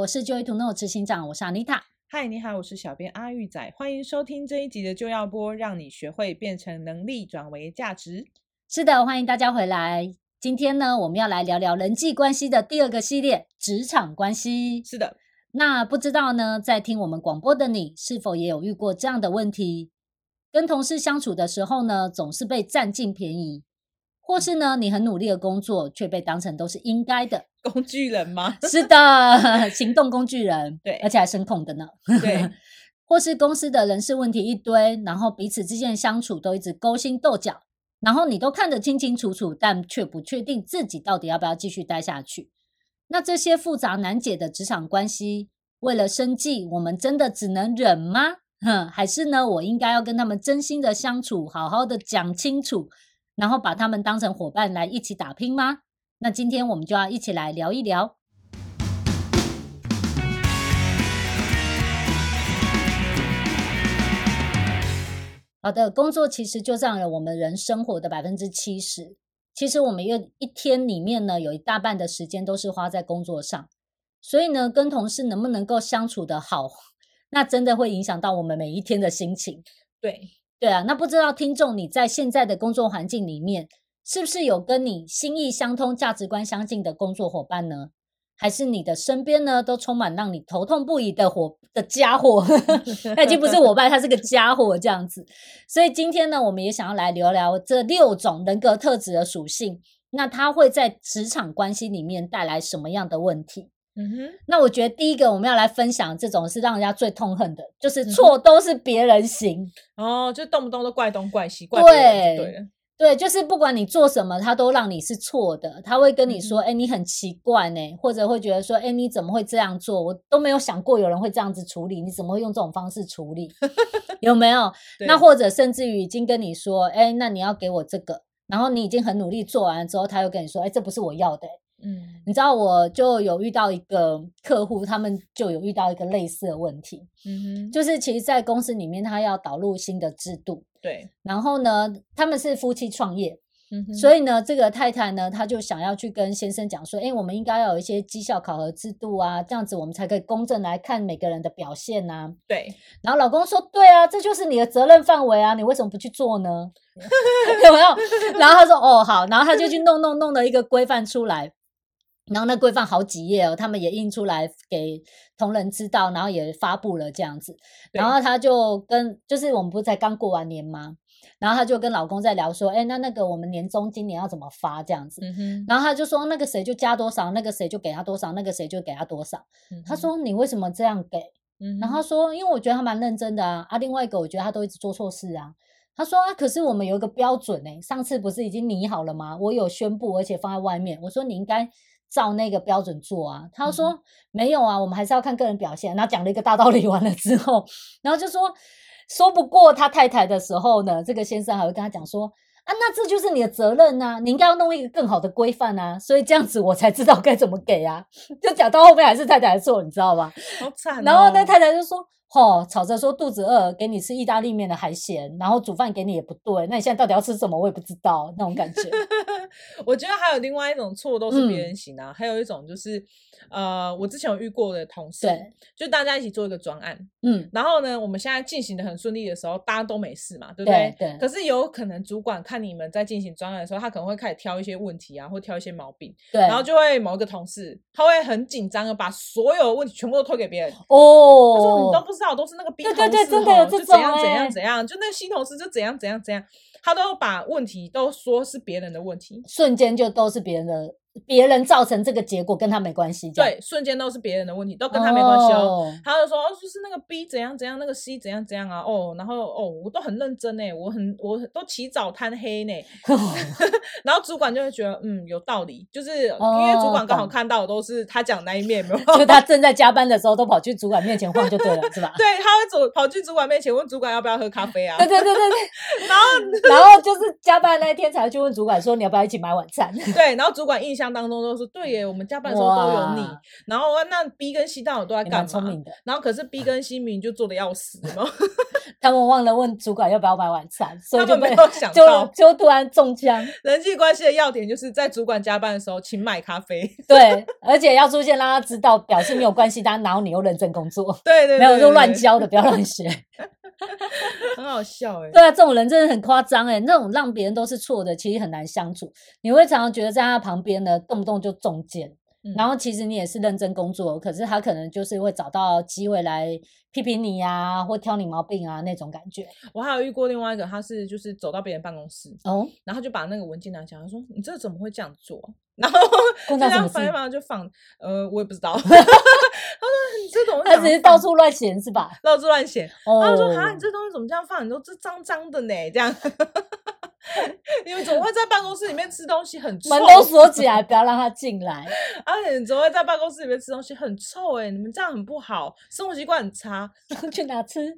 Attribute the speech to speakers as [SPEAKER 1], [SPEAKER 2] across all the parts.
[SPEAKER 1] 我是 Joy To Know 执行长，我是 Anita。
[SPEAKER 2] 嗨，你好，我是小编阿玉仔，欢迎收听这一集的就要播，让你学会变成能力转为价值。
[SPEAKER 1] 是的，欢迎大家回来。今天呢，我们要来聊聊人际关系的第二个系列——职场关系。
[SPEAKER 2] 是的，
[SPEAKER 1] 那不知道呢，在听我们广播的你，是否也有遇过这样的问题？跟同事相处的时候呢，总是被占尽便宜，或是呢，你很努力的工作，却被当成都是应该的。
[SPEAKER 2] 工具人吗？
[SPEAKER 1] 是 的，行动工具人，
[SPEAKER 2] 对
[SPEAKER 1] 而且还声控的呢。
[SPEAKER 2] 对，
[SPEAKER 1] 或是公司的人事问题一堆，然后彼此之间的相处都一直勾心斗角，然后你都看得清清楚楚，但却不确定自己到底要不要继续待下去。那这些复杂难解的职场关系，为了生计，我们真的只能忍吗？哼，还是呢，我应该要跟他们真心的相处，好好的讲清楚，然后把他们当成伙伴来一起打拼吗？那今天我们就要一起来聊一聊。好的，工作其实就占了我们人生活的百分之七十。其实我们又一天里面呢，有一大半的时间都是花在工作上，所以呢，跟同事能不能够相处的好，那真的会影响到我们每一天的心情。
[SPEAKER 2] 对，
[SPEAKER 1] 对啊，那不知道听众你在现在的工作环境里面，是不是有跟你心意相通、价值观相近的工作伙伴呢？还是你的身边呢，都充满让你头痛不已的伙的家伙？ 他已经不是伙伴，他是个家伙这样子。所以今天呢，我们也想要来聊聊这六种人格特质的属性，那它会在职场关系里面带来什么样的问题？
[SPEAKER 2] 嗯哼，
[SPEAKER 1] 那我觉得第一个我们要来分享这种是让人家最痛恨的，就是
[SPEAKER 2] 嗯哼
[SPEAKER 1] 错都是别人行。
[SPEAKER 2] 哦，就动不动都怪东怪西，怪别人就
[SPEAKER 1] 对
[SPEAKER 2] 对了。
[SPEAKER 1] 对，就是不管你做什么，他都让你是错的。他会
[SPEAKER 2] 嗯
[SPEAKER 1] 跟你说：“哎、你很奇怪呢、或者会觉得说：“哎、你怎么会这样做？我都没有想过有人会这样子处理，你怎么会用这种方式处 理？有没有？”
[SPEAKER 2] 对
[SPEAKER 1] 那或者甚至于已经跟你说：“哎、那你要给我这个。”然后你已经很努力做完了之后，他又跟你说：“哎、这不是我要的、
[SPEAKER 2] 嗯
[SPEAKER 1] 你知道，我就有遇到一个客户，他们就有遇到一个类似的问题，
[SPEAKER 2] 嗯哼，就
[SPEAKER 1] 就是其实，在公司里面，他要导入新的制度，
[SPEAKER 2] 对，
[SPEAKER 1] 然后呢，他们是夫妻创业，
[SPEAKER 2] 嗯哼，
[SPEAKER 1] 所以呢，这个太太呢，她就想要去跟先生讲说，哎，我们应该要有一些绩效考核制度啊，这样子我们才可以公正来看每个人的表现啊呐、
[SPEAKER 2] 对，
[SPEAKER 1] 然后老公说，对啊，这就是你的责任范围啊，你为什么不去做呢？ 有没有？然后他说，哦，好，然后他就去弄弄弄了一个规范出来。然后那规范好几页哦，他们也印出来给同仁知道，然后也发布了这样子。
[SPEAKER 2] 对
[SPEAKER 1] 然后她就跟，就是我们不是才刚过完年吗？然后她就跟老公在聊说，哎，那那个我们年终今年要怎么发这样子？
[SPEAKER 2] 嗯哼，
[SPEAKER 1] 然后她就说那个谁就加多少，那个谁就给他多少，那个谁就给他多少。
[SPEAKER 2] 嗯
[SPEAKER 1] 她
[SPEAKER 2] 哼，
[SPEAKER 1] 说你为什么这样给？
[SPEAKER 2] 嗯
[SPEAKER 1] 然后她
[SPEAKER 2] 哼
[SPEAKER 1] 说因为我觉得他蛮认真的啊，啊，另外一个我觉得他都一直做错事啊。她说啊，可是我们有一个标准呢、上次不是已经拟好了吗？我有宣布，而且放在外面。我说你应该照那个标准做啊。
[SPEAKER 2] 嗯
[SPEAKER 1] 她说、没有啊，我们还是要看个人表现。然后讲了一个大道理， 完了之后，然后就说说不过他太太的时候呢，这个先生还会跟他讲说。啊，那这就是你的责任呐、你应该要弄一个更好的规范啊，所以这样子我才知道该怎么给啊。 就讲到后面还是太太的错，你知道吗？
[SPEAKER 2] 好惨哦，
[SPEAKER 1] 然后那太太就说：“哦，吵着说肚子饿，给你吃意大利面的海鲜，然后煮饭给你也不对，那你现在到底要吃什么？我也不知道，那种感 觉。
[SPEAKER 2] 我觉得还有另外一种错都是别
[SPEAKER 1] 嗯
[SPEAKER 2] 人行啊，还有一种就是，呃，我之前有遇过的同事，
[SPEAKER 1] 对，
[SPEAKER 2] 就大家一起做一个专案，
[SPEAKER 1] 嗯，
[SPEAKER 2] 然后呢，我们现在进行的很顺利的时候，大家都没事嘛，对不
[SPEAKER 1] 对
[SPEAKER 2] 对？
[SPEAKER 1] 对，
[SPEAKER 2] 可是有可能主管看你们在进行专案的时候，他可能会开始挑一些问题啊，或挑一些毛病，
[SPEAKER 1] 对，
[SPEAKER 2] 然后就会某一个同事，他会很紧张的把所有的问题全部都推给别人，他说你都
[SPEAKER 1] 哦，
[SPEAKER 2] 不知道，都是那个 B
[SPEAKER 1] 对
[SPEAKER 2] 同
[SPEAKER 1] 对对
[SPEAKER 2] 事
[SPEAKER 1] 真的有
[SPEAKER 2] 吼
[SPEAKER 1] 这
[SPEAKER 2] 就
[SPEAKER 1] 种
[SPEAKER 2] 怎样怎
[SPEAKER 1] 欸
[SPEAKER 2] 样怎样，就那个 C 同事就怎样怎样怎样，他都把问题都说是别人的问题，
[SPEAKER 1] 瞬间就都是别人的，别人造成这个结果跟他没关系，这样
[SPEAKER 2] 对，瞬间都是别人的问题，都跟他没关系哦。
[SPEAKER 1] 哦
[SPEAKER 2] 他就说哦，就是那个 B 怎样怎样，那个 C 怎样怎样啊，哦，然后哦，我都很认真呢，我很我很都起早贪黑呢，
[SPEAKER 1] 哦
[SPEAKER 2] 然后主管就会觉得嗯有道理，就是、因为
[SPEAKER 1] 哦
[SPEAKER 2] 主管刚好
[SPEAKER 1] 懂
[SPEAKER 2] 看到的都是他讲那一面，有没 有
[SPEAKER 1] 就他正在加班的时候，都跑去主管面前晃就对了，是吧？
[SPEAKER 2] 对，他会走跑去主管面前问主管要不要喝咖啡啊
[SPEAKER 1] 对，对对对对，
[SPEAKER 2] 然后
[SPEAKER 1] 然后就是加班那一天才会去问主管说你要不要一起买晚餐。
[SPEAKER 2] 对，然后主管印象象当中都是对耶，我们加班的时候都有你
[SPEAKER 1] 哇。
[SPEAKER 2] 然后那 B 跟 C 到底都在
[SPEAKER 1] 也
[SPEAKER 2] 干
[SPEAKER 1] 蛮聪
[SPEAKER 2] 嘛？
[SPEAKER 1] 明的。
[SPEAKER 2] 然后可是 B 跟 C 明明就做的要死，有没有
[SPEAKER 1] 他们忘了问主管要不要买晚餐，所以
[SPEAKER 2] 他
[SPEAKER 1] 就
[SPEAKER 2] 们没
[SPEAKER 1] 被
[SPEAKER 2] 有想
[SPEAKER 1] 就
[SPEAKER 2] 到
[SPEAKER 1] 就突然中枪。
[SPEAKER 2] 人际关系的要点就是在主管加班的时候，请买咖啡。
[SPEAKER 1] 对，而且要出现让他知道，表示没有关系，但然后你又认真工作，
[SPEAKER 2] 对对，
[SPEAKER 1] 没有
[SPEAKER 2] 对
[SPEAKER 1] 就乱，
[SPEAKER 2] 对
[SPEAKER 1] 教的，不要乱学。
[SPEAKER 2] 对很好笑哎。
[SPEAKER 1] 对啊，这种人真的很夸张哎，那种让别人都是错的，其实很难相处。你会常常觉得在他旁边呢，动不动就中箭，
[SPEAKER 2] 嗯
[SPEAKER 1] 然后其实你也是认真工作，可是他可能就是会找到机会来批评你啊，或挑你毛病啊那种感觉。
[SPEAKER 2] 我还有遇过另外一个，他是就是走到别人办公室，
[SPEAKER 1] 哦，
[SPEAKER 2] 然后就把那个文件拿起来，他说：“你这怎么会这样做啊？”然后
[SPEAKER 1] 碰
[SPEAKER 2] 就
[SPEAKER 1] 到
[SPEAKER 2] 这
[SPEAKER 1] 什么
[SPEAKER 2] 样
[SPEAKER 1] 事
[SPEAKER 2] 翻一翻就放，呃，我也 不知道。他说：“你这种
[SPEAKER 1] 他只是到处乱闲是吧？
[SPEAKER 2] 到处乱写。”
[SPEAKER 1] 哦，
[SPEAKER 2] 他说：“哈，你这东西怎么这样放？你都这脏脏的呢，这样。 你们怎么会在办公室里面吃东西很臭？
[SPEAKER 1] 门都锁起来，不要让他进来。
[SPEAKER 2] 而且你怎么会在办公室里面吃东西很臭、欸？哎，你们这样很不好，生活习惯很差，
[SPEAKER 1] 去哪吃？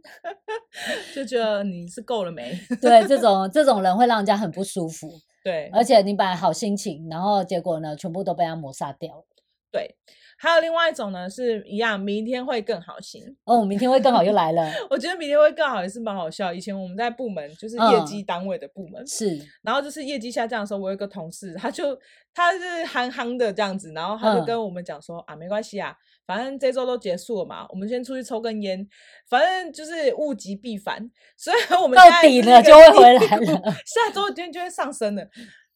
[SPEAKER 2] 就觉得你是够了没？
[SPEAKER 1] 对，这种这种人会让人家很不舒服，
[SPEAKER 2] 对
[SPEAKER 1] 而且你本来好心情，然后结果呢，全部都被他抹杀掉了。
[SPEAKER 2] 对。还有另外一种呢，是一样，明天会更好心。
[SPEAKER 1] 哦，明天会更好又来 了，
[SPEAKER 2] 我觉得明天会更好也是蛮好笑。以前我们在部门就是业
[SPEAKER 1] 嗯
[SPEAKER 2] 绩单位的部门，
[SPEAKER 1] 是
[SPEAKER 2] 然后就是业绩下降的时候，我有一个同事，他就他是憨憨的这样子，然后他就
[SPEAKER 1] 嗯
[SPEAKER 2] 跟我们讲说、啊，没关系啊，反正这周都结束了嘛，我们先出去抽根烟，反正就是物极必反，所以我们
[SPEAKER 1] 到
[SPEAKER 2] 现在
[SPEAKER 1] 底
[SPEAKER 2] 是
[SPEAKER 1] 了
[SPEAKER 2] 一个
[SPEAKER 1] 就会
[SPEAKER 2] 低
[SPEAKER 1] 回来
[SPEAKER 2] 谷
[SPEAKER 1] 了
[SPEAKER 2] 下周天就会上升了，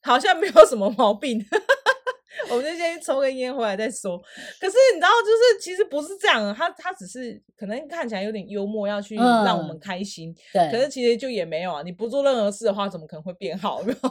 [SPEAKER 2] 好像没有什么毛病。 我们就先去抽根烟回来再说。可是你知道，就是其实不是这样的，他他只是可能看起来有点幽默，要去让我们
[SPEAKER 1] 嗯
[SPEAKER 2] 开心。可
[SPEAKER 1] 对
[SPEAKER 2] 是，其实就也没有啊，你不做任何事的话，怎么可能会变好？有没有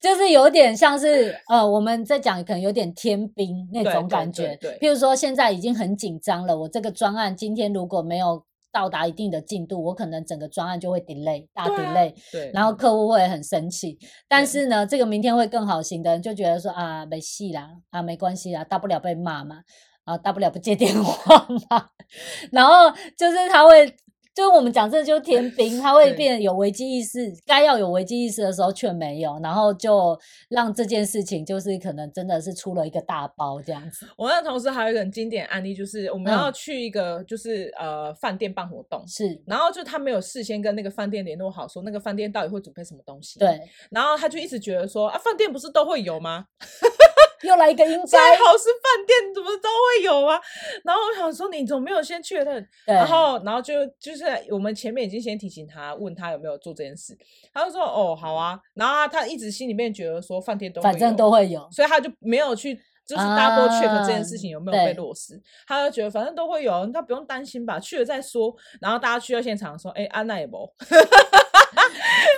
[SPEAKER 1] 就是有点像是呃，我们在讲可能有点天兵那
[SPEAKER 2] 对
[SPEAKER 1] 种
[SPEAKER 2] 对
[SPEAKER 1] 感
[SPEAKER 2] 对
[SPEAKER 1] 觉。
[SPEAKER 2] 对
[SPEAKER 1] 譬如说，现在已经很紧张了，我这个专案今天如果没有到达一定的进度，我可能整个专案就会 delay 大
[SPEAKER 2] 对啊
[SPEAKER 1] delay，、
[SPEAKER 2] 对，
[SPEAKER 1] 然后客户会很生气。但
[SPEAKER 2] 对
[SPEAKER 1] 是呢，这个明天会更好行的人就觉得说啊，没戏啦，啊，没关系啦，大不了被骂嘛，啊，大不了不接电话嘛。 然后就是他会，就是我们讲这就是天兵，他会
[SPEAKER 2] 对
[SPEAKER 1] 变得有危机意识，该要有危机意识的时候却没有，然后就让这件事情就是可能真的是出了一个大包这样子。
[SPEAKER 2] 我那同事还有一个很经典的案例，就是我们要
[SPEAKER 1] 嗯
[SPEAKER 2] 去一个就是、呃饭店办活动，
[SPEAKER 1] 是，
[SPEAKER 2] 然后就他没有事先跟那个饭店联络好，说那个饭店到底会准备什么东西。，
[SPEAKER 1] 对，
[SPEAKER 2] 然后他就一直觉得说啊，饭店不是都会有吗？
[SPEAKER 1] 又来一个 应
[SPEAKER 2] 最
[SPEAKER 1] 该，
[SPEAKER 2] 好是饭店怎么都会有啊。然后我想说你怎么没有先确认？
[SPEAKER 1] 对，
[SPEAKER 2] 然后，然后就就是我们前面已经先提醒他，问他有没有做这件事，他就说哦好啊，然后他他一直心里面觉得说饭店都
[SPEAKER 1] 反
[SPEAKER 2] 会
[SPEAKER 1] 正
[SPEAKER 2] 有啊
[SPEAKER 1] 都，会有，
[SPEAKER 2] 所以他就没有去就是 double check 这
[SPEAKER 1] 啊
[SPEAKER 2] 件事情有没有被
[SPEAKER 1] 对
[SPEAKER 2] 落实，他就觉得反正都会有，应该不用担心吧，去了再说。然后大家去到现场说，哎，安娜也没，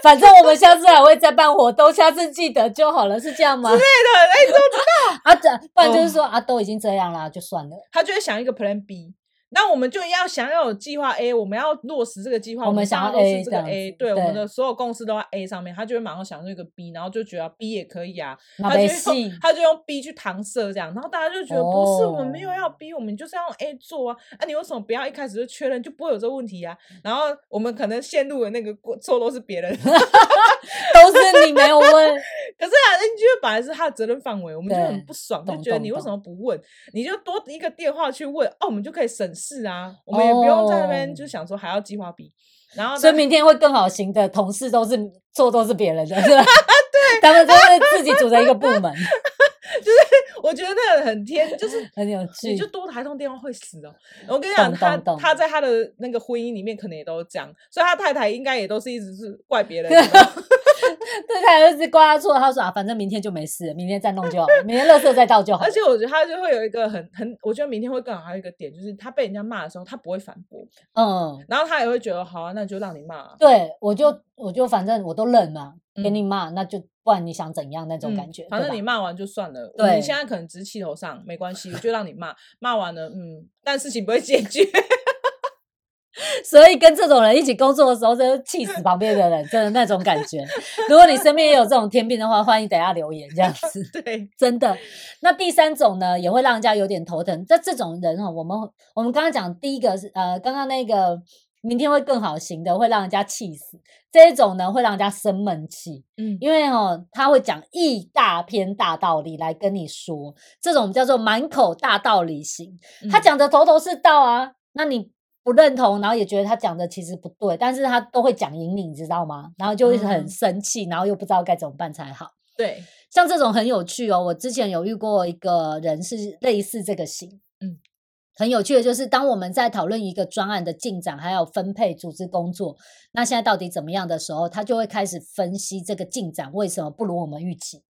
[SPEAKER 1] 反正我们下次还会再办活动，下次记得就好了，是这样吗？
[SPEAKER 2] 对的，哎，都哦
[SPEAKER 1] 啊，这不然就是说、啊，都已经这样啦，就算了，
[SPEAKER 2] 他就会想一个 plan B。那我们就要想要有计划 A，我们要落实这个计划，
[SPEAKER 1] 我
[SPEAKER 2] 们
[SPEAKER 1] 们想
[SPEAKER 2] 大
[SPEAKER 1] 要
[SPEAKER 2] 家都
[SPEAKER 1] A
[SPEAKER 2] 是这个
[SPEAKER 1] 这样
[SPEAKER 2] A，
[SPEAKER 1] 子
[SPEAKER 2] 对，我们
[SPEAKER 1] 对
[SPEAKER 2] 的所有共识都在 A 上面，他就会马上想出一个 B，然后就觉得 B 也可以啊，
[SPEAKER 1] 那
[SPEAKER 2] 他
[SPEAKER 1] 没
[SPEAKER 2] 就
[SPEAKER 1] 戏
[SPEAKER 2] 用。他就用 B 去搪塞这样，然后大家就觉得、不是我们没有
[SPEAKER 1] 哦
[SPEAKER 2] 要 B，我们就是要用 A 做啊，啊你为什么不要一开始就确认，就不会有这个问题啊？然后我们可能陷入的那个过错都是别人，可是啊，
[SPEAKER 1] 都是你没有 问，
[SPEAKER 2] 你觉得本来是他的责任范围，我们就很
[SPEAKER 1] 对
[SPEAKER 2] 不爽，就
[SPEAKER 1] 懂
[SPEAKER 2] 觉得
[SPEAKER 1] 懂
[SPEAKER 2] 你为什
[SPEAKER 1] 懂
[SPEAKER 2] 么不问？你就多一个电话去问，哦，我们就可以省事啊，我们也不用在那边就
[SPEAKER 1] 哦
[SPEAKER 2] 想说还要计划 B，然后
[SPEAKER 1] 所以
[SPEAKER 2] 呢
[SPEAKER 1] 明天会更好行的。同事都是错，都是别人的，是 吧？
[SPEAKER 2] 啊
[SPEAKER 1] 对，他们都是自己组的一个部门，
[SPEAKER 2] 我觉得那个很天， 就是
[SPEAKER 1] 很有
[SPEAKER 2] 你
[SPEAKER 1] 趣
[SPEAKER 2] 就。多打一通电话会死哦。我跟你讲，
[SPEAKER 1] 懂
[SPEAKER 2] 他
[SPEAKER 1] 懂懂
[SPEAKER 2] 他在他的那个婚姻里面可能也都是这样，所以他太太应该也都是一直是怪别人有没有。
[SPEAKER 1] 对他儿子挂他错，他说啊，反正明天就没事了，明天再弄就好 了，明天垃圾再倒就 好了。
[SPEAKER 2] 而且我觉得他就会有一个很很，我觉得明天会更好。还有一个点就是，他被人家骂的时候，他不会反驳，
[SPEAKER 1] 嗯，
[SPEAKER 2] 然后他也会觉得好啊，那就让你骂、啊。
[SPEAKER 1] 对，我就我就反正我都忍嘛，给
[SPEAKER 2] 嗯
[SPEAKER 1] 你骂，那就不然你想怎样那种
[SPEAKER 2] 嗯
[SPEAKER 1] 感觉，
[SPEAKER 2] 反
[SPEAKER 1] 对
[SPEAKER 2] 正你
[SPEAKER 1] 吧
[SPEAKER 2] 骂完就算了。我们
[SPEAKER 1] 对
[SPEAKER 2] 现在可能只是气头上，没关系，我就让你骂。骂完了，嗯，但事情不会解决。
[SPEAKER 1] 所以跟这种人一起工作的时候，真的气死旁边的人，真的那种感觉。 如果你身边也有这种天兵的话，欢迎等一下留言这样子。
[SPEAKER 2] 对，
[SPEAKER 1] 真的，那第三种呢，也会哦让人家有点头疼。那这种人哈、我们我们刚刚讲第一个是呃，刚刚那个明天会更好型的，会让人家气死。这一种呢，会让人家生闷气，
[SPEAKER 2] 嗯，
[SPEAKER 1] 因为哦，他会讲一大篇大道理来跟你说，这种叫做满口大道理型。他
[SPEAKER 2] 嗯
[SPEAKER 1] 讲的头头是道啊，那你不认同，然后也觉得他讲的其实不对，但是他都会讲赢你，你知道吗？然后就会很
[SPEAKER 2] 嗯
[SPEAKER 1] 生气，然后又不知道该怎么办才好。
[SPEAKER 2] 对，
[SPEAKER 1] 像这种很有趣哦，我之前有遇过一个人是类似这个型，
[SPEAKER 2] 嗯，
[SPEAKER 1] 很有趣的就是，当我们在讨论一个专案的进展，还有分配组织工作，那现在到底怎么样的时候，他就会开始分析这个进展为什么不如我们预期。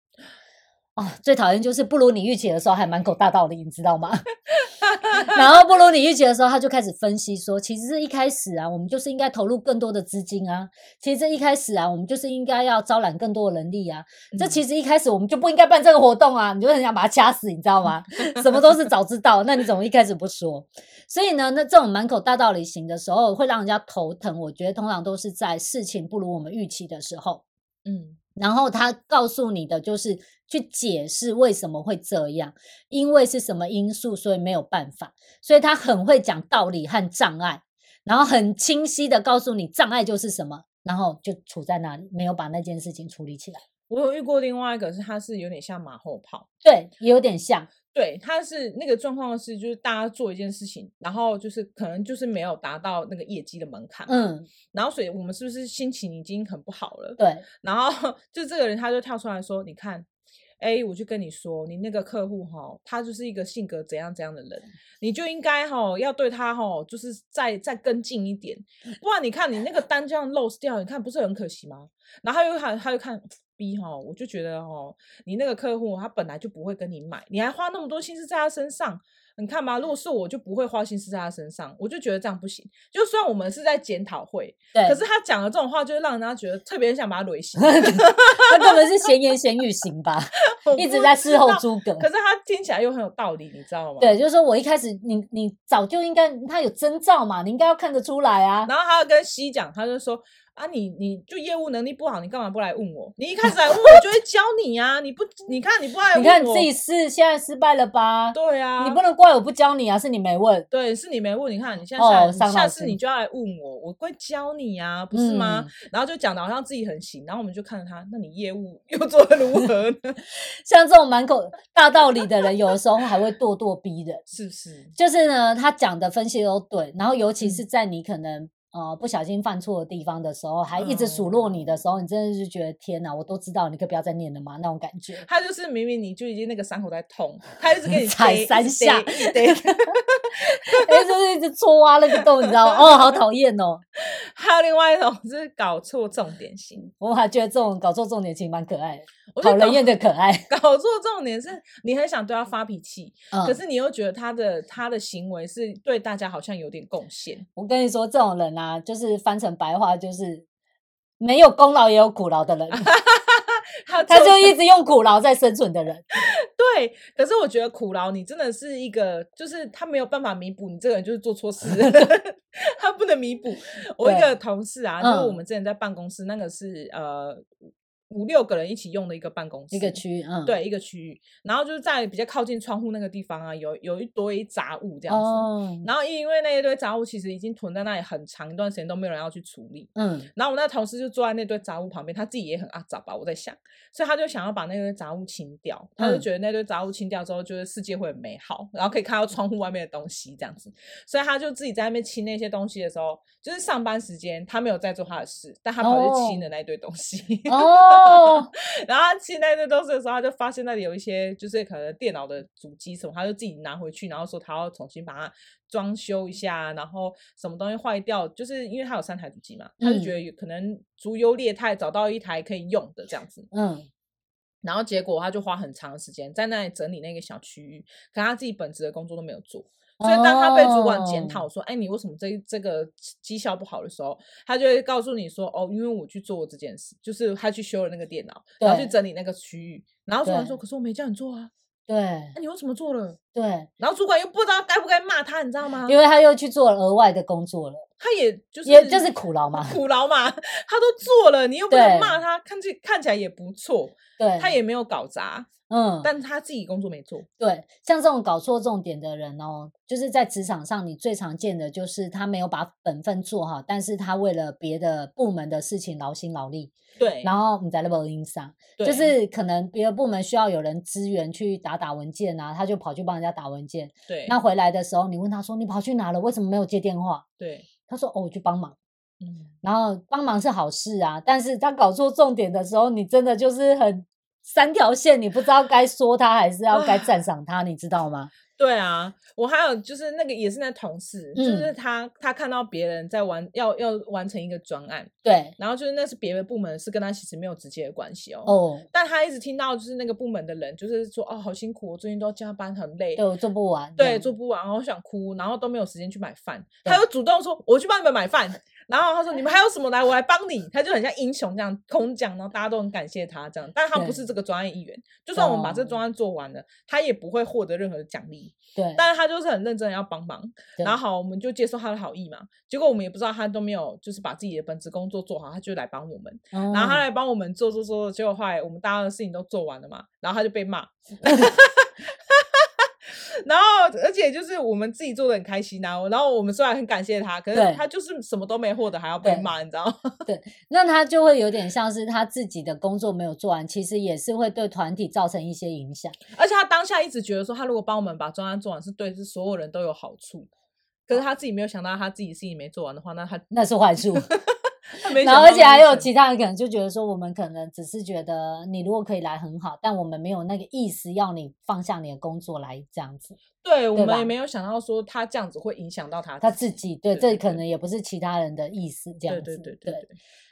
[SPEAKER 1] 哦，最讨厌就是不如你预期的时候还满口大道理，你知道吗？ 然后不如你预期的时候，他就开始分析说，其实一开始啊，我们就是应该投入更多的资金啊，其实一开始啊，我们就是应该要招揽更多的人力啊，这
[SPEAKER 2] 嗯
[SPEAKER 1] 其实一开始我们就不应该办这个活动啊，你就很想把他掐死，你知道吗？ 什么都是早知道，那你怎么一开始不说？所以呢，那这种满口大道理型的时候，会让人家头疼。我觉得通常都是在事情不如我们预期的时候，
[SPEAKER 2] 嗯
[SPEAKER 1] 然后他告诉你的就是去解释为什么会这样，因为是什么因素，所以没有办法。所以他很会讲道理和障碍，然后很清晰的告诉你障碍就是什么，然后就处在那里，没有把那件事情处理起来。
[SPEAKER 2] 我有遇过另外一个，是他是有点像马后炮。
[SPEAKER 1] 对，也有点像。
[SPEAKER 2] 对，他是那个状况是，就是大家做一件事情，然后就是可能就是没有达到那个业绩的门槛，，
[SPEAKER 1] 嗯，
[SPEAKER 2] 然后所以我们是不是心情已经很不好了？
[SPEAKER 1] 对，
[SPEAKER 2] 然后就这个人他就跳出来说：“你看，哎，我就跟你说，你那个客户哈，他就是一个性格怎样怎样的人，你就应该哈要对他哈，就是再再跟进一点，不然你看你那个单这样 lose 掉，你看不是很可惜吗？”然后他又看，他就看。B 哈，我就觉得哦，你那个客户他本来就不会跟你买，你还花那么多心思在他身上，你看吧，如果是我就不会花心思在他身上，我就觉得这样不行。就算我们是在检讨会，
[SPEAKER 1] 对，
[SPEAKER 2] 可是他讲的这种话，就会让人家觉得特别想把他 怼醒。
[SPEAKER 1] 他根本是闲言闲语型吧，
[SPEAKER 2] 我
[SPEAKER 1] 一
[SPEAKER 2] 不
[SPEAKER 1] 直在
[SPEAKER 2] 知
[SPEAKER 1] 事后
[SPEAKER 2] 道
[SPEAKER 1] 诸葛。
[SPEAKER 2] 可是他听起来又很有道理，你知道吗？
[SPEAKER 1] 对，。就是说我一开始你你早就应该，他有征兆嘛，你应该要看得出来啊。
[SPEAKER 2] 然后他跟西讲，他就说啊你，你就业务能力不好，你干嘛不来问我？你一开始来问我就会教你呀、啊，你不，你看你不来问我，
[SPEAKER 1] 你看你自己试，现在失败了吧？
[SPEAKER 2] 对啊，
[SPEAKER 1] 你不能怪我不教你啊，是你没问。
[SPEAKER 2] 对，是你没问，你看你现在
[SPEAKER 1] 哦
[SPEAKER 2] 下来、
[SPEAKER 1] 伤
[SPEAKER 2] 下
[SPEAKER 1] 脑
[SPEAKER 2] 次
[SPEAKER 1] 筋
[SPEAKER 2] 你就要来问我，我会教你呀、不是吗？
[SPEAKER 1] 嗯
[SPEAKER 2] 然后就讲的好像自己很行，然后我们就看着他，那你业务又做的如何呢？
[SPEAKER 1] 像这种满口大道理的人，有的时候还会咄咄逼人。
[SPEAKER 2] 是不是？
[SPEAKER 1] 就是呢，他讲的分析都对，然后尤其
[SPEAKER 2] 嗯
[SPEAKER 1] 是在你可能、呃不小心犯错的地方的时候，还一直数落
[SPEAKER 2] 嗯
[SPEAKER 1] 你的时候，你真的是觉得天哪，我都知道，你可以不要再念了嘛，那种感觉。
[SPEAKER 2] 他就是明明你就已经那个伤口在痛，他一直给你
[SPEAKER 1] 踩
[SPEAKER 2] 逮一
[SPEAKER 1] 三
[SPEAKER 2] 直
[SPEAKER 1] 下
[SPEAKER 2] 逮一直逮
[SPEAKER 1] 哎、就是一直戳啊那个洞，你知道吗？哦，好讨厌哦！
[SPEAKER 2] 还有另外一种是搞错重点型，
[SPEAKER 1] 我还觉得这种搞错重点其实蛮可爱的，
[SPEAKER 2] 我觉
[SPEAKER 1] 讨
[SPEAKER 2] 得
[SPEAKER 1] 人厌的可爱。
[SPEAKER 2] 搞 搞错重点是你很想对他发脾气，
[SPEAKER 1] 嗯，
[SPEAKER 2] 可是你又觉得他的他的行为是对大家好像有点贡献，
[SPEAKER 1] 我跟你说，这种人啊，就是翻成白话就是没有功劳也有苦劳的 人，
[SPEAKER 2] 他
[SPEAKER 1] 他就一直用苦劳在生存的人。
[SPEAKER 2] 对。可是我觉得苦劳你真的是一个，就是他没有办法弥补你这个人就是做错事， 他不能弥补。我一
[SPEAKER 1] 对
[SPEAKER 2] 个同事啊，就是我
[SPEAKER 1] 嗯
[SPEAKER 2] 们之前在办公室，那个是呃五六个人一起用的一个办公室，
[SPEAKER 1] 一个区，嗯，，
[SPEAKER 2] 对一个区域，然后就是在比较靠近窗户那个地方啊，有有一堆杂物这样子。
[SPEAKER 1] 哦，
[SPEAKER 2] 然后因为那一堆杂物其实已经囤在那里很长一段时间都没有人要去处理，
[SPEAKER 1] 嗯，
[SPEAKER 2] 然后我那同事就坐在那堆杂物旁边，他自己也很阿杂吧，我在想，所以他就想要把那堆杂物清掉，他就
[SPEAKER 1] 嗯
[SPEAKER 2] 觉得那堆杂物清掉之后，就是世界会很美好，然后可以看到窗户外面的东西这样子，所以他就自己在那边清那些东西的时候，就是上班时间他没有在做他的事，但他跑去清
[SPEAKER 1] 哦
[SPEAKER 2] 了那一堆东西。
[SPEAKER 1] 哦，
[SPEAKER 2] 然后他清那堆东西的时候，他就发现那里有一些就是可能电脑的主机什么，他就自己拿回去，然后说他要重新把它装修一下，然后什么东西坏掉，就是因为他有三台主机嘛，他就觉得有可能足优劣汰，找到一台可以用的这样子。
[SPEAKER 1] 嗯，
[SPEAKER 2] 然后结果他就花很长的时间在那里整理那个小区域，可他自己本职的工作都没有做。所以当他被主管检
[SPEAKER 1] 哦
[SPEAKER 2] 讨说：“哎，你为什么这这个绩效不好的时候，他就会告诉你说：‘哦，因为我去做这件事，就是他去修了那个电脑，然后去
[SPEAKER 1] 对
[SPEAKER 2] 整理那个区域。’然后主管说：‘
[SPEAKER 1] 对
[SPEAKER 2] 可是我没叫你做啊，
[SPEAKER 1] 对
[SPEAKER 2] 那、，你为什么做了？
[SPEAKER 1] 对，
[SPEAKER 2] 然后主管又不知道该不该骂他，你知道吗？
[SPEAKER 1] 因为他又去做了额外的工作了，
[SPEAKER 2] 他也就是
[SPEAKER 1] 也 就是苦劳嘛。
[SPEAKER 2] 苦劳嘛，他都做了，你又不
[SPEAKER 1] 对
[SPEAKER 2] 能骂他，看起看起来也不错，
[SPEAKER 1] 对，
[SPEAKER 2] 他也没有搞砸，
[SPEAKER 1] 嗯，
[SPEAKER 2] 但他自己工作没做，
[SPEAKER 1] 对，像这种搞错重点的人哦，就是在职场上，你最常见的就是他没有把本分做好，但是他为了别的部门的事情劳心劳力，
[SPEAKER 2] 对，
[SPEAKER 1] 然后你在 level 音上，
[SPEAKER 2] 对
[SPEAKER 1] 就是可能别的部门需要有人支援去打打文件啊，他就跑去帮人家打文件。
[SPEAKER 2] 对，
[SPEAKER 1] 那回来的时候，你问他说你跑去哪了？为什么没有接电话？
[SPEAKER 2] 对，
[SPEAKER 1] 他说哦，我去帮忙。
[SPEAKER 2] 嗯，
[SPEAKER 1] 然后帮忙是好事啊，但是他搞错重点的时候，你真的就是很三条线，你不知道该说他还是要该赞赏他，你知道吗？
[SPEAKER 2] 对啊，我还有就是那个也是那同事，
[SPEAKER 1] 嗯
[SPEAKER 2] 就是他他看到别人在完要要完成一个专案，
[SPEAKER 1] 对，
[SPEAKER 2] 然后就是那是别的部门是跟他其实没有直接的关系哦。
[SPEAKER 1] 哦，
[SPEAKER 2] 但他一直听到就是那个部门的人，就是说哦，好辛苦，我最近都要加班，很累
[SPEAKER 1] 对，，我做不完，
[SPEAKER 2] 对，做不完，好想哭，然后都没有时间去买饭。
[SPEAKER 1] 对
[SPEAKER 2] 他又主动说：“我去帮你们买饭。”然后他说：“你们还有什么来，我来帮你。”他就很像英雄这样空降，然后大家都很感谢他这样。但他不
[SPEAKER 1] 对
[SPEAKER 2] 是这个专案一员，就算我们把这
[SPEAKER 1] 哦
[SPEAKER 2] 个专案做完了，他也不会获得任何的奖励。
[SPEAKER 1] 对，
[SPEAKER 2] 但是他就是很认真的要帮忙。
[SPEAKER 1] 对
[SPEAKER 2] 然后好，我们就接受他的好意嘛。结果我们也不知道他都没有，就是把自己的本职工作做好，他就来帮我们。
[SPEAKER 1] 然
[SPEAKER 2] 然后他来帮我们做做做，结果后来我们大家的事情都做完了嘛，然后他就 被骂。 然后，而且就是我们自己做的很开心啊。然后我们虽然很感谢他，可
[SPEAKER 1] 对
[SPEAKER 2] 是他就是什么都没获得，还要被
[SPEAKER 1] 对
[SPEAKER 2] 骂，你知道吗？
[SPEAKER 1] 那他就会有点像是他自己的工作没有做完，其实也是会对团体造成一些影响。
[SPEAKER 2] 而且他当下一直觉得说，他如果帮我们把专案做完，是对是所有人都有好处。可是他自己没有想到，他自己事情没做完的话，那他
[SPEAKER 1] 那是坏 处，
[SPEAKER 2] 他没
[SPEAKER 1] 然
[SPEAKER 2] 想
[SPEAKER 1] 后
[SPEAKER 2] 到
[SPEAKER 1] 而且
[SPEAKER 2] 那
[SPEAKER 1] 还
[SPEAKER 2] 个
[SPEAKER 1] 有
[SPEAKER 2] 钱
[SPEAKER 1] 其他人可能就觉得说，我们可能只是觉得你如果可以来很好，但我们没有那个意思要你放下你的工作来这样子。
[SPEAKER 2] 对我
[SPEAKER 1] 对
[SPEAKER 2] 们
[SPEAKER 1] 吧
[SPEAKER 2] 也没有想到说他这样子会影响到他
[SPEAKER 1] 他自己对，这
[SPEAKER 2] 对对
[SPEAKER 1] 可
[SPEAKER 2] 对
[SPEAKER 1] 能也不是其他人的意思，这样
[SPEAKER 2] 对
[SPEAKER 1] 子。
[SPEAKER 2] 对对对对，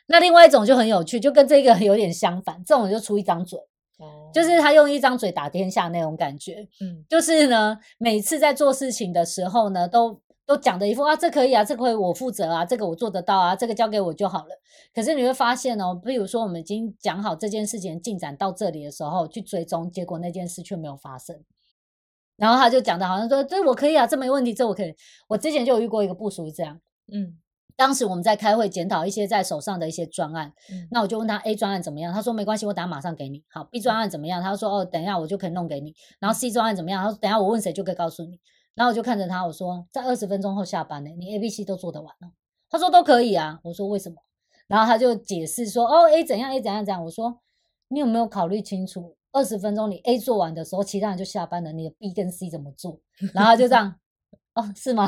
[SPEAKER 1] 那另外一种就很有趣，就跟这个有点相反，这种就出一张嘴，
[SPEAKER 2] 哦
[SPEAKER 1] 就是他用一张嘴打天下那种感觉。
[SPEAKER 2] 嗯，
[SPEAKER 1] 就是呢，每次在做事情的时候呢，都都讲的一副啊，这可以啊，这可以我负责啊，这个我做得到啊，这个交给我就好了。可是你会发现哦，比如说我们已经讲好这件事情进展到这里的时候，去追踪，结果那件事却没有发生。然后他就讲的好像说，这我可以啊，这没问题，这我可以。我之前就有遇过一个部署是这样，
[SPEAKER 2] 嗯
[SPEAKER 1] 当时我们在开会检讨一些在手上的一些专案，
[SPEAKER 2] 嗯
[SPEAKER 1] 那我就问他 A 专案怎么样，他说没关系，我等下马上给你。好，B 专案怎么样？他说哦，等一下我就可以弄给你。然后 C 专案怎么样？他说等一下我问谁就可以告诉你。然后我就看着他，我说在二十分钟后下班呢、你 A、B、C 都做得完了。他说都可以啊。我说为什么？然后他就解释说哦 A 怎样 A 怎样怎样。我说你有没有考虑清楚？二十分钟你 A 做完的时候，其他人就下班了，你的 B 跟 C 怎么做？然后他就这样，哦，是吗？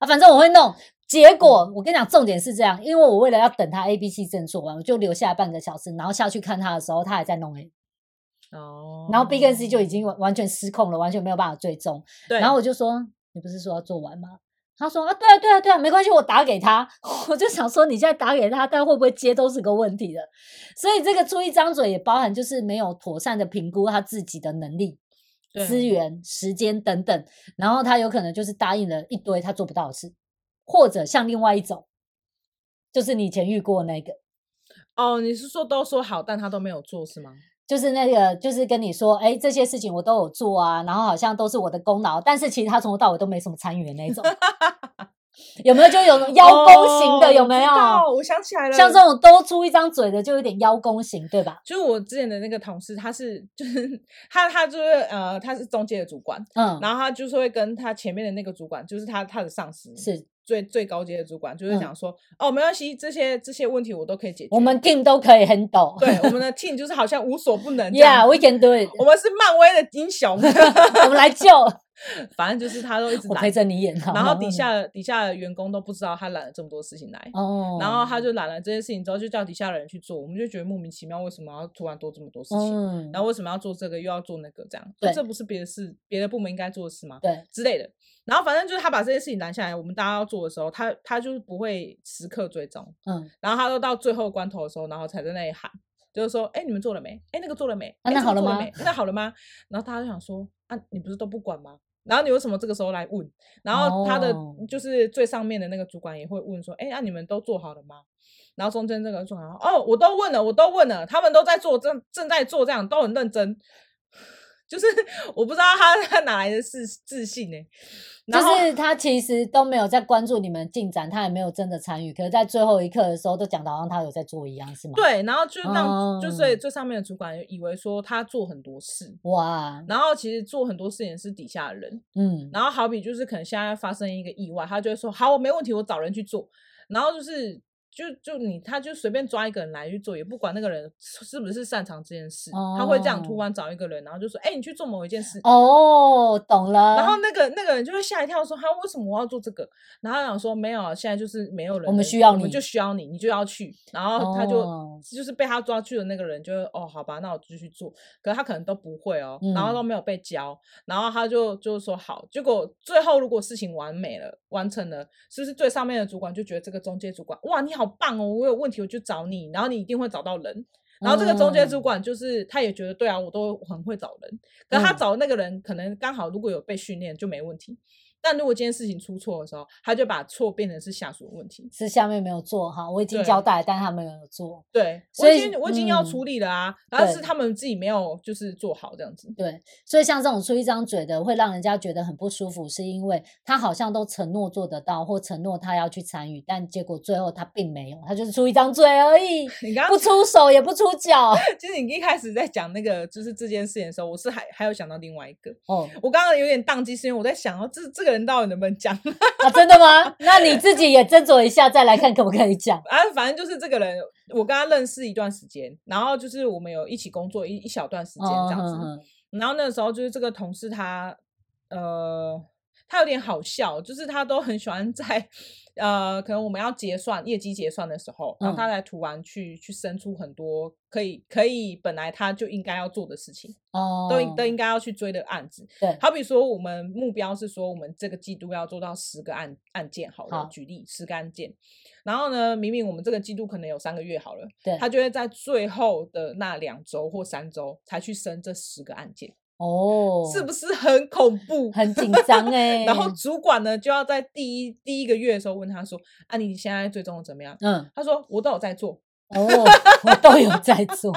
[SPEAKER 1] 啊，反正我会弄。结果我跟你讲，重点是这样，因为我为了要等他 A、B、C 证做完，我就留下来半个小时，然后下去看他的时候，他还在弄 A，
[SPEAKER 2] 哦，
[SPEAKER 1] 然后 B 跟 C 就已经完完全失控了，完全没有办法追踪。
[SPEAKER 2] 对，
[SPEAKER 1] 然后我就说，你不是说要做完吗？他说啊，对啊，对啊，对啊，没关系，我打给他。我就想说，你现在打给他，但会不会接都是个问题的。所以这个出一张嘴也包含就是没有妥善的评估他自己的能力、
[SPEAKER 2] 对
[SPEAKER 1] 资源、时间等等，然后他有可能就是答应了一堆他做不到的事，或者像另外一种，就是你以前遇过那个，
[SPEAKER 2] 哦，你是说都说好，但他都没有做是吗？
[SPEAKER 1] 就是那个，就是跟你说，哎，这些事情我都有做啊，然后好像都是我的功劳，但是其实他从头到尾都没什么参与的那 一种，有没有？就有那种邀功型的，
[SPEAKER 2] 哦
[SPEAKER 1] 有
[SPEAKER 2] 我
[SPEAKER 1] 没
[SPEAKER 2] 哦知
[SPEAKER 1] 有？
[SPEAKER 2] 道我想起来了，
[SPEAKER 1] 像这种都出一张嘴的，就有点邀功型，对吧？
[SPEAKER 2] 就是我之前的那个同事，他是就是 他他就是呃他是中介的主管，
[SPEAKER 1] 嗯，
[SPEAKER 2] 然后他就是会跟他前面的那个主管，就是他他的上司
[SPEAKER 1] 是
[SPEAKER 2] 最最高阶的主管，就是
[SPEAKER 1] 嗯
[SPEAKER 2] 讲说、哦没关系，这些这些问题我都可以解决，
[SPEAKER 1] 我们 team 都可以 handle。
[SPEAKER 2] 对我们的 team 就是好像无所不能 这样。
[SPEAKER 1] ，Yeah，we can do it
[SPEAKER 2] 我们是漫威的英雄，
[SPEAKER 1] 我们来 救，
[SPEAKER 2] 反正就是他都一直
[SPEAKER 1] 我
[SPEAKER 2] 懒
[SPEAKER 1] 陪着你演。好
[SPEAKER 2] 然后
[SPEAKER 1] 吗
[SPEAKER 2] 底下的底下的员工都不知道他揽了这么多事情来，
[SPEAKER 1] 哦，
[SPEAKER 2] 然后他就揽了这些事情之后，就叫底下的人去做，我们就觉得莫名其妙，为什么要突然多这么多事情？
[SPEAKER 1] 嗯，
[SPEAKER 2] 然后为什么要做这个，又要做那个，这样，那
[SPEAKER 1] 对
[SPEAKER 2] 这不是别的事，别的部门应该做的事吗？
[SPEAKER 1] 对
[SPEAKER 2] 之类的。然后反正就是他把这些事情拦下来，我们大家要做的时候，他他就是不会时刻追踪，
[SPEAKER 1] 嗯，
[SPEAKER 2] 然后他都到最后关头的时候，然后才在那里喊，就是说，哎、你们做了没？哎、那个做了没？
[SPEAKER 1] 啊
[SPEAKER 2] 哎
[SPEAKER 1] 那
[SPEAKER 2] 这个
[SPEAKER 1] 好了
[SPEAKER 2] 做了
[SPEAKER 1] 吗
[SPEAKER 2] 没？那好了吗？然后大家就想说，啊，你不是都不管吗？然后你为什么这个时候来问？然后他的、
[SPEAKER 1] 哦
[SPEAKER 2] 就是最上面的那个主管也会问说，哎、那、你们都做好了吗？然后中间这个主管哦，我都问了，我都问了，他们都在做，正正在做，这样都很认真。就是 我不知道他他哪来的自自信呢、
[SPEAKER 1] 就
[SPEAKER 2] 然后
[SPEAKER 1] 是他其实都没有在关注你们的进展，他也没有真的参与，可是，在最后一刻的时候，都讲的好像他有在做一样，是吗？，
[SPEAKER 2] 对，然后就让、就所以
[SPEAKER 1] 嗯
[SPEAKER 2] 最上面的主管以为说他做很多事，
[SPEAKER 1] 哇，
[SPEAKER 2] 然后其实做很多事情是底下的人，
[SPEAKER 1] 嗯，
[SPEAKER 2] 然后好比就是可能现在发生一个意外，他就会说好，我没问题，我找人去做。然后就是就就你，他就随便抓一个人来去做，也不管那个人是是不是擅长这件事，他会这样突
[SPEAKER 1] 哦
[SPEAKER 2] 然找一个人，然后就说，哎、你去做某一件事。
[SPEAKER 1] 哦，懂了。
[SPEAKER 2] 然后那个那个人就会吓一跳，说：“哈，为什么我要做这个？”然后他想说：“没有，啊，现在就是没有人了，
[SPEAKER 1] 我们需要
[SPEAKER 2] 我们
[SPEAKER 1] 你
[SPEAKER 2] 就需要你，你就要去。”然后他就、
[SPEAKER 1] 哦
[SPEAKER 2] 就是被他抓去的那个人就会哦，好吧，那我继续做。可是他可能都不会哦，然后都
[SPEAKER 1] 嗯
[SPEAKER 2] 没有被教，然后他就就说好。结果最后如果事情完美了，完成了，是不是最上面的主管就觉得这个中介主管哇，你好棒哦，我有问题我就找你，然后你一定会找到人。然后这个中介主
[SPEAKER 1] 嗯
[SPEAKER 2] 管就是他也觉得对啊，我都很会找人，可是他
[SPEAKER 1] 嗯
[SPEAKER 2] 找的那个人可能刚好如果有被训练就没问题，但如果今天事情出错的时候，他就把错变成是下属的问题。
[SPEAKER 1] 是下面没有做哈，我已经
[SPEAKER 2] 对
[SPEAKER 1] 交代，但他没有做。
[SPEAKER 2] 对，
[SPEAKER 1] 所
[SPEAKER 2] 我已
[SPEAKER 1] 以
[SPEAKER 2] 经我已经要处
[SPEAKER 1] 嗯
[SPEAKER 2] 理了啊，然后是
[SPEAKER 1] 对
[SPEAKER 2] 他们自己没有就是做好这样子。
[SPEAKER 1] 对，所以像这种出一张嘴的，会让人家觉得很不舒服，是因为他好像都承诺做得到，或承诺他要去参与，但结果最后他并没有，他就是出一张嘴而已，
[SPEAKER 2] 你刚
[SPEAKER 1] 不
[SPEAKER 2] 刚
[SPEAKER 1] 出手也不出脚。
[SPEAKER 2] 其实你一开始在讲那个就是这件事情的时候，我是还还有想到另外一个，
[SPEAKER 1] 哦，
[SPEAKER 2] 我刚刚有点宕机，是因为我在想哦，这这个人到底能不能讲？
[SPEAKER 1] 啊，真的吗？那你自己也斟酌一下，再来看可不可以 讲。
[SPEAKER 2] 啊，反正就是这个人，我跟他认识一段时间，然后就是我们有一起工作一一小段时间这样子。
[SPEAKER 1] 嗯嗯
[SPEAKER 2] 然后那个时候就是这个同事他，呃，他有点好笑，就是他都很喜欢在，呃，可能我们要结算业绩结算的时候，然后他
[SPEAKER 1] 嗯
[SPEAKER 2] 来突然去去生出很多可以可以本来他就应该要做的事情，
[SPEAKER 1] 哦，
[SPEAKER 2] 都应都应该要去追的案子。
[SPEAKER 1] 对，
[SPEAKER 2] 好比说我们目标是说我们这个季度要做到十个案案件，好了，
[SPEAKER 1] 好
[SPEAKER 2] 举例十个案件。然后呢，明明我们这个季度可能有三个月好了，
[SPEAKER 1] 对，
[SPEAKER 2] 他就会在最后的那两周或三周才去升这十个案件，
[SPEAKER 1] 哦，
[SPEAKER 2] 是不是很恐怖？
[SPEAKER 1] 很紧张哎？
[SPEAKER 2] 然后主管呢就要在第一第一个月的时候问他说：“啊，你现在追踪的怎么样
[SPEAKER 1] 嗯，？”
[SPEAKER 2] 他说：“我都有在做。”
[SPEAKER 1] 哦，我都有在做，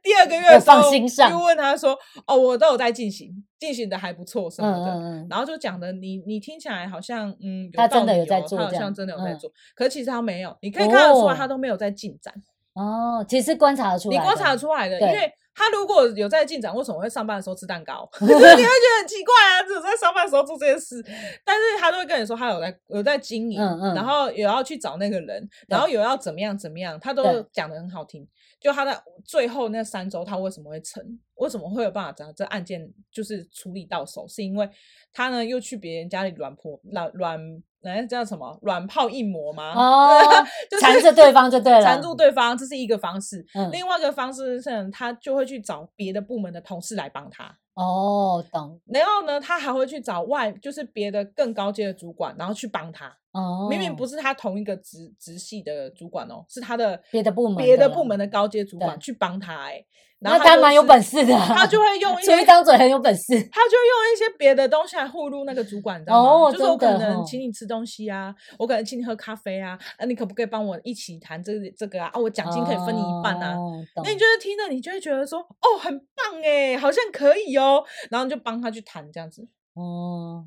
[SPEAKER 2] 第二个月
[SPEAKER 1] 我
[SPEAKER 2] 的时
[SPEAKER 1] 放
[SPEAKER 2] 候
[SPEAKER 1] 心上
[SPEAKER 2] 就问他说：“哦，我都有在进行，进行的还不错 什
[SPEAKER 1] 嗯
[SPEAKER 2] 么的。
[SPEAKER 1] 嗯嗯，
[SPEAKER 2] 然后就讲的你你听起来好像嗯，有
[SPEAKER 1] 他真
[SPEAKER 2] 道
[SPEAKER 1] 的
[SPEAKER 2] 理
[SPEAKER 1] 有在
[SPEAKER 2] 哦
[SPEAKER 1] 做
[SPEAKER 2] 他好
[SPEAKER 1] 这
[SPEAKER 2] 像
[SPEAKER 1] 样
[SPEAKER 2] 真的有在
[SPEAKER 1] 嗯
[SPEAKER 2] 做，可是其实他没有，你可以看得出来他
[SPEAKER 1] 哦
[SPEAKER 2] 都没有在进展，
[SPEAKER 1] 哦，其实观察得出
[SPEAKER 2] 你
[SPEAKER 1] 来的，
[SPEAKER 2] 观察得出来的，因
[SPEAKER 1] 对
[SPEAKER 2] 为。他如果有在进展，为什么会上班的时候吃蛋糕？就是你会觉得很奇怪啊，只有在上班的时候做这件事，但是他都会跟你说他有在有在经营，
[SPEAKER 1] 嗯嗯
[SPEAKER 2] 然后也要去找那个人，然
[SPEAKER 1] 对
[SPEAKER 2] 后有要怎么样怎么样，他都
[SPEAKER 1] 对
[SPEAKER 2] 讲的很好听。就他在最后那三周，他为什么会成？为什么会有办法把这案件就是处理到手？是因为他呢又去别人家里软破软软，那叫什么软泡硬磨吗？
[SPEAKER 1] 哦
[SPEAKER 2] 就是
[SPEAKER 1] 缠着对方就对了
[SPEAKER 2] 缠住对方，这是一个方式。
[SPEAKER 1] 嗯
[SPEAKER 2] 另外一个方式是，他就会去找别的部门的同事来帮他。
[SPEAKER 1] 哦，懂
[SPEAKER 2] 然后呢，他还会去找外，就是别的更高阶的主管，然后去帮他。
[SPEAKER 1] 哦，
[SPEAKER 2] 明明不
[SPEAKER 1] 是
[SPEAKER 2] 是他同一个直直系的主管哦，是他的
[SPEAKER 1] 别的部门
[SPEAKER 2] 别
[SPEAKER 1] 的
[SPEAKER 2] 的
[SPEAKER 1] 啦
[SPEAKER 2] 部门的高阶主管
[SPEAKER 1] 对
[SPEAKER 2] 去帮他、欸。哎，
[SPEAKER 1] 那他蛮有本
[SPEAKER 2] 事，
[SPEAKER 1] 事的啊，
[SPEAKER 2] 他就会用一
[SPEAKER 1] 出
[SPEAKER 2] 些
[SPEAKER 1] 一张嘴很有本事，
[SPEAKER 2] 他就用一些别的东西来贿赂那个主管，你知道吗？
[SPEAKER 1] 哦
[SPEAKER 2] 就是我
[SPEAKER 1] 真
[SPEAKER 2] 可
[SPEAKER 1] 的
[SPEAKER 2] 能
[SPEAKER 1] 哦
[SPEAKER 2] 请你吃东西啊，我可能请你喝咖啡啊，啊，你可不可以帮我一起谈这个这个啊？啊，我奖金可以分你一半啊。
[SPEAKER 1] 哦，
[SPEAKER 2] 那你
[SPEAKER 1] 懂
[SPEAKER 2] 就会听了，你就会觉得说，哦，很棒哎，好像可以哦，然后你就帮他去谈这样子，
[SPEAKER 1] 哦，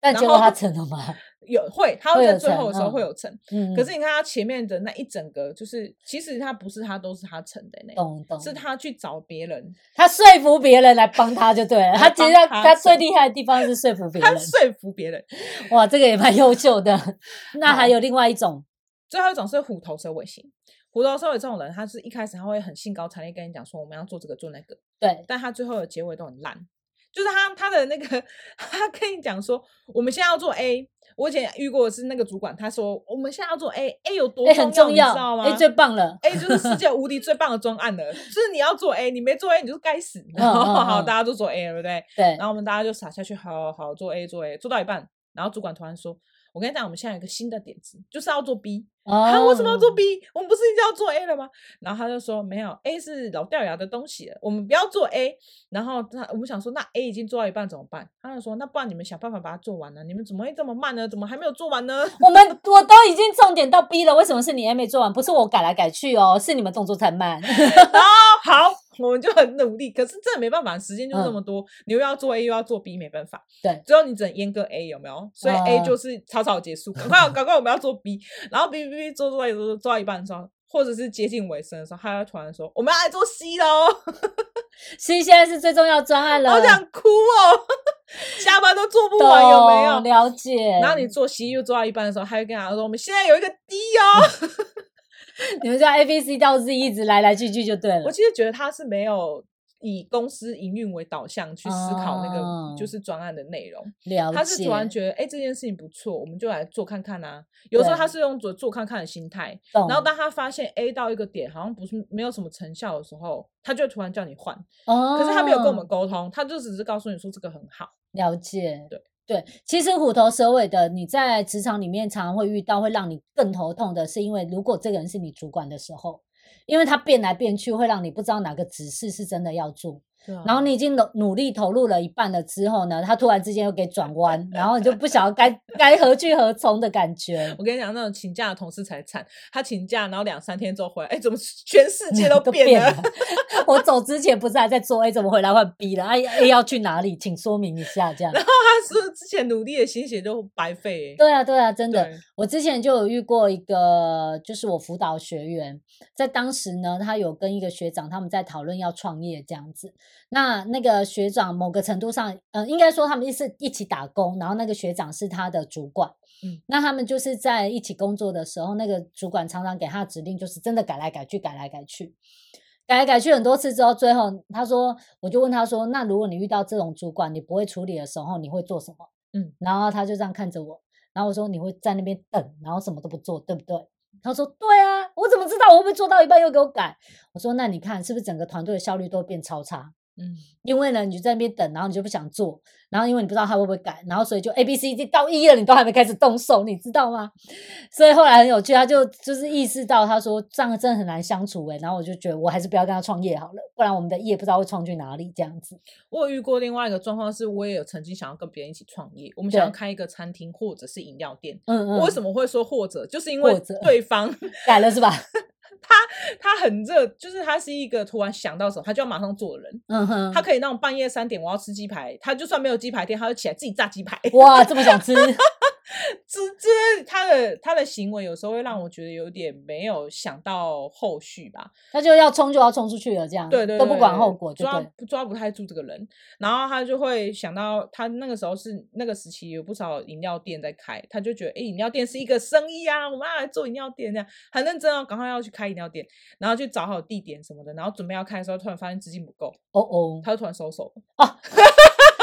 [SPEAKER 1] 但
[SPEAKER 2] 然
[SPEAKER 1] 结果他
[SPEAKER 2] 后
[SPEAKER 1] 成了吗？
[SPEAKER 2] 有会，他
[SPEAKER 1] 会
[SPEAKER 2] 会在
[SPEAKER 1] 有
[SPEAKER 2] 最
[SPEAKER 1] 成
[SPEAKER 2] 后的时候会
[SPEAKER 1] 嗯
[SPEAKER 2] 有成。
[SPEAKER 1] 嗯，
[SPEAKER 2] 可是你看他前面的那一整个，就是其实他不是他，都是他成的呢，
[SPEAKER 1] 嗯懂懂，
[SPEAKER 2] 是他去找别人，
[SPEAKER 1] 他说服别人来帮他就对了。他其实
[SPEAKER 2] 帮
[SPEAKER 1] 他他
[SPEAKER 2] 他
[SPEAKER 1] 最
[SPEAKER 2] 成
[SPEAKER 1] 厉害的地方是说服别
[SPEAKER 2] 他
[SPEAKER 1] 人，
[SPEAKER 2] 说服别人。
[SPEAKER 1] 哇，这个也蛮优秀的。那
[SPEAKER 2] 好
[SPEAKER 1] 还有另外一种，
[SPEAKER 2] 最后一种是虎头蛇尾型。虎头蛇尾这种人，他是一开始他会很兴高采烈跟你讲说我们要做这个做那个，
[SPEAKER 1] 对，
[SPEAKER 2] 但他最后的结尾都很烂。就是他他的那个， 他跟你讲说我们现在要做 A，我以前遇过的是那个主管，他说我们现在要做 A，A 有多
[SPEAKER 1] 哎，很重
[SPEAKER 2] 你
[SPEAKER 1] 要
[SPEAKER 2] 知道，吗
[SPEAKER 1] 哎，最棒了，
[SPEAKER 2] A 就是世界无敌最棒的专案了，就是你要做 A，你没做 A 你就是该死。然后
[SPEAKER 1] 嗯
[SPEAKER 2] 好，
[SPEAKER 1] 嗯
[SPEAKER 2] 大家都做 A 了，对不对？
[SPEAKER 1] 对
[SPEAKER 2] 然，后我们大家就傻下去，好好好做 A 做 A，做到一半，然后主管突然说：“我跟你讲，我们现在有一个新的点子，就是要做 B。”他
[SPEAKER 1] 哦，
[SPEAKER 2] 为什么要做 B？我们不是一定要做 A 了吗？然后他就说没有，A 是老掉牙的东西了，我们不要做 A。然后他我们想说，那 A 已经做到一半怎么办？他就说，那不然你们想办法把它做完呢、你们怎么会这么慢呢？怎么还没有做完呢？
[SPEAKER 1] 我们我都已经重点到 B 了，为什么是你还没做完？不是我改来改去哦，是你们动作太慢。
[SPEAKER 2] 然后好，我们就很努力，可是这没办法，时间就这
[SPEAKER 1] 嗯
[SPEAKER 2] 么多，你又要做 A 又要做 B，没办法。
[SPEAKER 1] 对
[SPEAKER 2] 最后你只能阉割 A 有没有？所以 A
[SPEAKER 1] 哦
[SPEAKER 2] 就是草草结束，赶快赶快我们要做 B，然后 B B B 做做做做做到一半的时候，或者是接近尾声的时候，他突然说我们要来做 C 喽，
[SPEAKER 1] C 现在是最重要的专案了，
[SPEAKER 2] 好想哭哦，下班都做不完有没有
[SPEAKER 1] 懂？了解。
[SPEAKER 2] 然后你做 C 又做到一半的时候，他会跟他说我们现在有一个 D 哦。
[SPEAKER 1] 你们这样 A B C 到 Z 一直来来去去就对
[SPEAKER 2] 我
[SPEAKER 1] 了。
[SPEAKER 2] 其实觉得他是没有以公司营运为导向去思考那个就
[SPEAKER 1] 哦
[SPEAKER 2] 是专案的内容，
[SPEAKER 1] 了解，
[SPEAKER 2] 他是突然觉得哎、诶这件事情不错，我们就来做看看啊。有时候他
[SPEAKER 1] 对哦
[SPEAKER 2] 是用做做看看的心态，
[SPEAKER 1] 懂，
[SPEAKER 2] 然后当他发现 A 到一个点好像不是没有什么成效的时候，他就突然叫你换，
[SPEAKER 1] 哦，
[SPEAKER 2] 可是他没有跟我们沟通，他就只是告诉你说这个很好，
[SPEAKER 1] 了解，
[SPEAKER 2] 对
[SPEAKER 1] 对，其实虎头蛇尾的，你在职场里面常常会遇到，会让你更头痛的，是因为如果这个人是你主管的时候，因为他变来变去，会让你不知道哪个指示是真的要做，
[SPEAKER 2] 啊嗯
[SPEAKER 1] 然后你已经努努力投入了一半了之后呢，他突然之间又给转弯，然后你就不晓得 该该何去何从的感觉。
[SPEAKER 2] 我跟你讲，那种请假的同事才惨，他请假然后两三天之后回来，哎、怎么全世 界都变
[SPEAKER 1] 变
[SPEAKER 2] 了？
[SPEAKER 1] 了我走之前不是还在做 A，怎么回来换 B 了？哎、啊、，A 要去哪里？请说明一下， 这样。
[SPEAKER 2] 他是不是之前努力的心血就白费、欸？
[SPEAKER 1] 对啊，对啊，真的，
[SPEAKER 2] 对
[SPEAKER 1] 我之前就有遇过一个，就是我辅导学员，在当时呢，他有跟一个学长他们在讨论要创业这样子。那那个学长某个程度上，呃，应该说他们是一起打工，然后那个学长是他的主管。
[SPEAKER 2] 嗯，
[SPEAKER 1] 那他们就是在一起工作的时候，那个主管常常给他的指令就是真的改来改去，改来改去。改来改去很多次之后，最后他说，我就问他说：“那如果你遇到这种主管，你不会处理的时候，你会做什么？”
[SPEAKER 2] 嗯，
[SPEAKER 1] 然后他就这样看着我，然后我说你会在那边等，然后什么都不做，对不对？他说对啊，我怎么知道我会不会做到一半又给我改？我说那你看是不是整个团队的效率都会变超差？
[SPEAKER 2] 嗯，
[SPEAKER 1] 因为呢，你就在那边等，然后你就不想做，然后因为你不知道他会不会改，然后所以就 A、B、C、D 到 E 了，你都还没开始动手，你知道吗？所以后来很有趣，他就就是意识到，他说这样真的很难相处诶、然后我就觉得我还是不要跟他创业好了，不然我们的业不知道会创去哪里这样子。
[SPEAKER 2] 我有遇过另外一个状况是，我也有曾经想要跟别人一起创业，我们想要
[SPEAKER 1] 对
[SPEAKER 2] 开一个餐厅或者是饮料店。
[SPEAKER 1] 嗯嗯，
[SPEAKER 2] 我为什么会说或者，就是因为
[SPEAKER 1] 或者
[SPEAKER 2] 对方
[SPEAKER 1] 改了是吧？
[SPEAKER 2] 他很热，就是他是一个突然想到什么他就要马上做的人。
[SPEAKER 1] 嗯哼，
[SPEAKER 2] 他可以那种半夜三点我要吃鸡排，他就算没有鸡排店，他就起来自己炸鸡排。
[SPEAKER 1] 哇，这么想吃，
[SPEAKER 2] 这这他的他的行为有时候会让我觉得有点没有想到后续吧。
[SPEAKER 1] 他就要冲就要冲出去了，这样
[SPEAKER 2] 对对，
[SPEAKER 1] 嗯都不
[SPEAKER 2] 对
[SPEAKER 1] 管
[SPEAKER 2] 对
[SPEAKER 1] 后果就
[SPEAKER 2] 抓
[SPEAKER 1] 对。
[SPEAKER 2] 不抓不太住这个人，然后他就会想到他那个时候是那个时期有不少饮料店在开，他就觉得哎，诶饮料店是一个生意啊，我们要来做饮料店这样，很认真哦，赶快要去开饮料店，然后去找好地点什么的，然后准备要开的时候，突然发现资金不够，
[SPEAKER 1] 哦哦，
[SPEAKER 2] 他就突然收手了，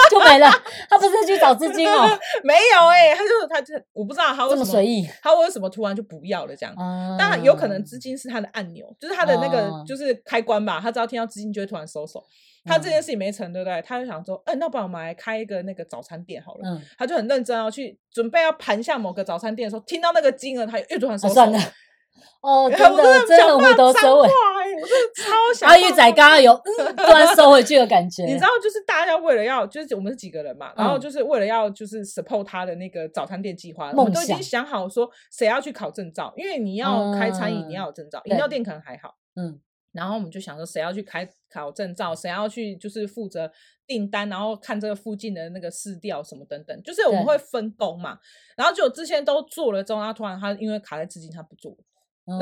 [SPEAKER 1] 就没了。他不是去找资 金哦，
[SPEAKER 2] 没有哎、他就他就我不知道他为
[SPEAKER 1] 这
[SPEAKER 2] 什
[SPEAKER 1] 么
[SPEAKER 2] 么
[SPEAKER 1] 随，意。
[SPEAKER 2] 他为什么突然就不要了这样。
[SPEAKER 1] 嗯，
[SPEAKER 2] 当然有可能资金是他的按钮，就是他的那个
[SPEAKER 1] 哦
[SPEAKER 2] 就是开关吧。他只要听到资金就会突然收手。他这
[SPEAKER 1] 嗯
[SPEAKER 2] 件事情没成，对不对？他就想说，嗯、那不然我们来开一个那个早餐店好了。
[SPEAKER 1] 嗯，
[SPEAKER 2] 他就很认真哦，去准备要盘下某个早餐店的时候，听到那个金额，他又突然收
[SPEAKER 1] 啊
[SPEAKER 2] 手。
[SPEAKER 1] 算了。哦，
[SPEAKER 2] 哎
[SPEAKER 1] 真
[SPEAKER 2] 我真
[SPEAKER 1] 的
[SPEAKER 2] 的
[SPEAKER 1] 真
[SPEAKER 2] 想
[SPEAKER 1] 的
[SPEAKER 2] 骂
[SPEAKER 1] 虎头
[SPEAKER 2] 脏
[SPEAKER 1] 蛇尾
[SPEAKER 2] 话。哎我真 的超想
[SPEAKER 1] 阿
[SPEAKER 2] 骂
[SPEAKER 1] 玉
[SPEAKER 2] 脏
[SPEAKER 1] 仔
[SPEAKER 2] 话
[SPEAKER 1] 刚刚有 嗯突然收回去的感觉，
[SPEAKER 2] 你知道，就是大家为了要，就是我们是几个人嘛，然后
[SPEAKER 1] 嗯
[SPEAKER 2] 就是为了要，就是 support 他的那个早餐店计划，我们
[SPEAKER 1] 梦
[SPEAKER 2] 都已经
[SPEAKER 1] 想
[SPEAKER 2] 想好说谁要去考证照，因为你要开餐饮，你要有证照，饮料
[SPEAKER 1] 嗯对
[SPEAKER 2] 店可能还好。
[SPEAKER 1] 嗯，
[SPEAKER 2] 然后我们就想说，谁要去开考证照，谁要去就是负责订单，然后看这个附近的那个市调什么等等，就是我们
[SPEAKER 1] 对
[SPEAKER 2] 会分工嘛。然后就之前都做了之后，他突然他因为卡在资金，他不做了。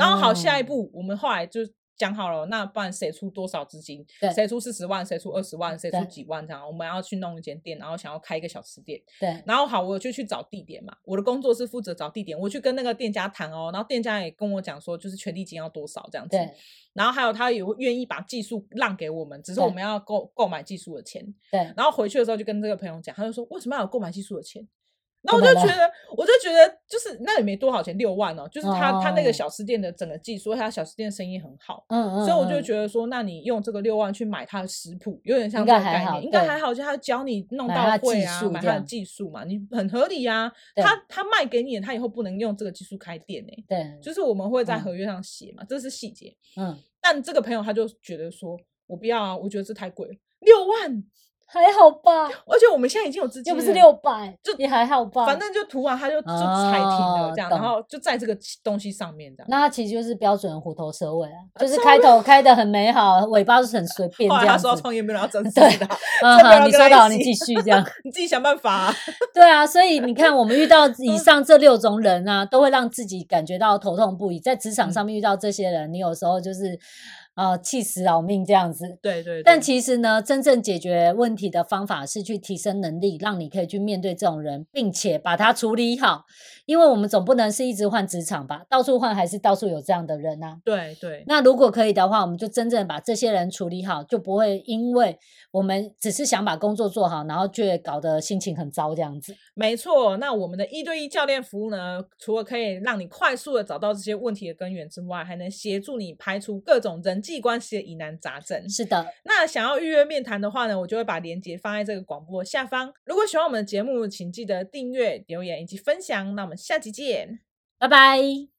[SPEAKER 2] 然后好，下一
[SPEAKER 1] 嗯
[SPEAKER 2] 步我们后来就讲好了，那不然谁出多少资金
[SPEAKER 1] 对，
[SPEAKER 2] 谁出四十万，谁出二十万，谁出
[SPEAKER 1] 对
[SPEAKER 2] 几万这样，我们要去弄一间店，然后想要开一个小吃店。
[SPEAKER 1] 对，
[SPEAKER 2] 然后好，我就去找地点嘛，我的工作是负责找地点，我去跟那个店家谈哦，然后店家也跟我讲说，就是权利金要多少这样子。
[SPEAKER 1] 对
[SPEAKER 2] 然后还有他也会愿意把技术让给我们，只是我
[SPEAKER 1] 对
[SPEAKER 2] 们要购购买技术的钱。
[SPEAKER 1] 对，
[SPEAKER 2] 然后回去的时候就跟这个朋友讲，他就说为什么要有购买技术的钱？然后
[SPEAKER 1] 干
[SPEAKER 2] 我就
[SPEAKER 1] 嘛
[SPEAKER 2] 觉
[SPEAKER 1] 呢
[SPEAKER 2] 得，我就觉得就是那也没多少钱，六万哦，就是他、他那个
[SPEAKER 1] 哦
[SPEAKER 2] 小吃店的整个技术，他小吃店生意很好。
[SPEAKER 1] 嗯嗯，
[SPEAKER 2] 所以我就
[SPEAKER 1] 嗯
[SPEAKER 2] 觉得说，那你用这个六万去买他的食谱，有点像
[SPEAKER 1] 应
[SPEAKER 2] 这
[SPEAKER 1] 该
[SPEAKER 2] 个
[SPEAKER 1] 还
[SPEAKER 2] 概
[SPEAKER 1] 好
[SPEAKER 2] 念，应该
[SPEAKER 1] 对
[SPEAKER 2] 还好，就他教你弄
[SPEAKER 1] 买
[SPEAKER 2] 到
[SPEAKER 1] 他的
[SPEAKER 2] 会
[SPEAKER 1] 技
[SPEAKER 2] 啊，
[SPEAKER 1] 术
[SPEAKER 2] 买
[SPEAKER 1] 这
[SPEAKER 2] 他的
[SPEAKER 1] 样
[SPEAKER 2] 技术嘛，你很合理呀、啊。
[SPEAKER 1] 对
[SPEAKER 2] 他他卖给你，他以后不能用这个技术开店呢、
[SPEAKER 1] 对，
[SPEAKER 2] 就是我们会在
[SPEAKER 1] 嗯
[SPEAKER 2] 合约上写嘛，这是细节。
[SPEAKER 1] 嗯，
[SPEAKER 2] 但这个朋友他就觉得说，我不要啊，我觉得这太贵了，六万，
[SPEAKER 1] 还好吧，
[SPEAKER 2] 而且我们现在已经有资金
[SPEAKER 1] 又
[SPEAKER 2] 了，
[SPEAKER 1] 不是六百，
[SPEAKER 2] 就
[SPEAKER 1] 也还好吧。
[SPEAKER 2] 反正就涂完它就就踩平了
[SPEAKER 1] 哦
[SPEAKER 2] 这样，然
[SPEAKER 1] 懂
[SPEAKER 2] 后就在这个东西上面这样。
[SPEAKER 1] 那它其实就是标准的虎头蛇尾啊，就是开头开的很美好，尾巴是很随便
[SPEAKER 2] 后
[SPEAKER 1] 这
[SPEAKER 2] 来他
[SPEAKER 1] 样子
[SPEAKER 2] 说。要创业哦没有人要争取
[SPEAKER 1] 对
[SPEAKER 2] 的，
[SPEAKER 1] 嗯，
[SPEAKER 2] 这不要
[SPEAKER 1] 好，你说
[SPEAKER 2] 跟他
[SPEAKER 1] 的好，
[SPEAKER 2] 一
[SPEAKER 1] 你
[SPEAKER 2] 起
[SPEAKER 1] 继续这样。
[SPEAKER 2] 你 自己想办法啊、
[SPEAKER 1] 对啊，所以你看，我们遇 到以上这六种人啊，都会让自己感觉到头痛不已。在职
[SPEAKER 2] 嗯
[SPEAKER 1] 场上面遇到这些人，你有时候就是呃气死老命这样子。
[SPEAKER 2] 对对对，
[SPEAKER 1] 但其实呢，真正解决问题的方法是去提升能力，让你可以去面对这种人，并且把它处理好。因为我们总不能是一直换职场吧，到处换还是到处有这样的人啊。
[SPEAKER 2] 对对
[SPEAKER 1] 那如果可以的话，我们就真正把这些人处理好，就不会因为我们只是想把工作做好，然后却搞得心情很糟这样子。
[SPEAKER 2] 没错。那我们的一对一教练服务呢，除了可以让你快速的找到这些问题的根源之外，还能协助你排除各种人际关系的疑难杂症。
[SPEAKER 1] 是的，
[SPEAKER 2] 那想要预约面谈的话呢，我就会把链接放在这个广播下方。如果喜欢我们的节目，请记得订阅、留言以及分享。那我们下集见。
[SPEAKER 1] 拜拜。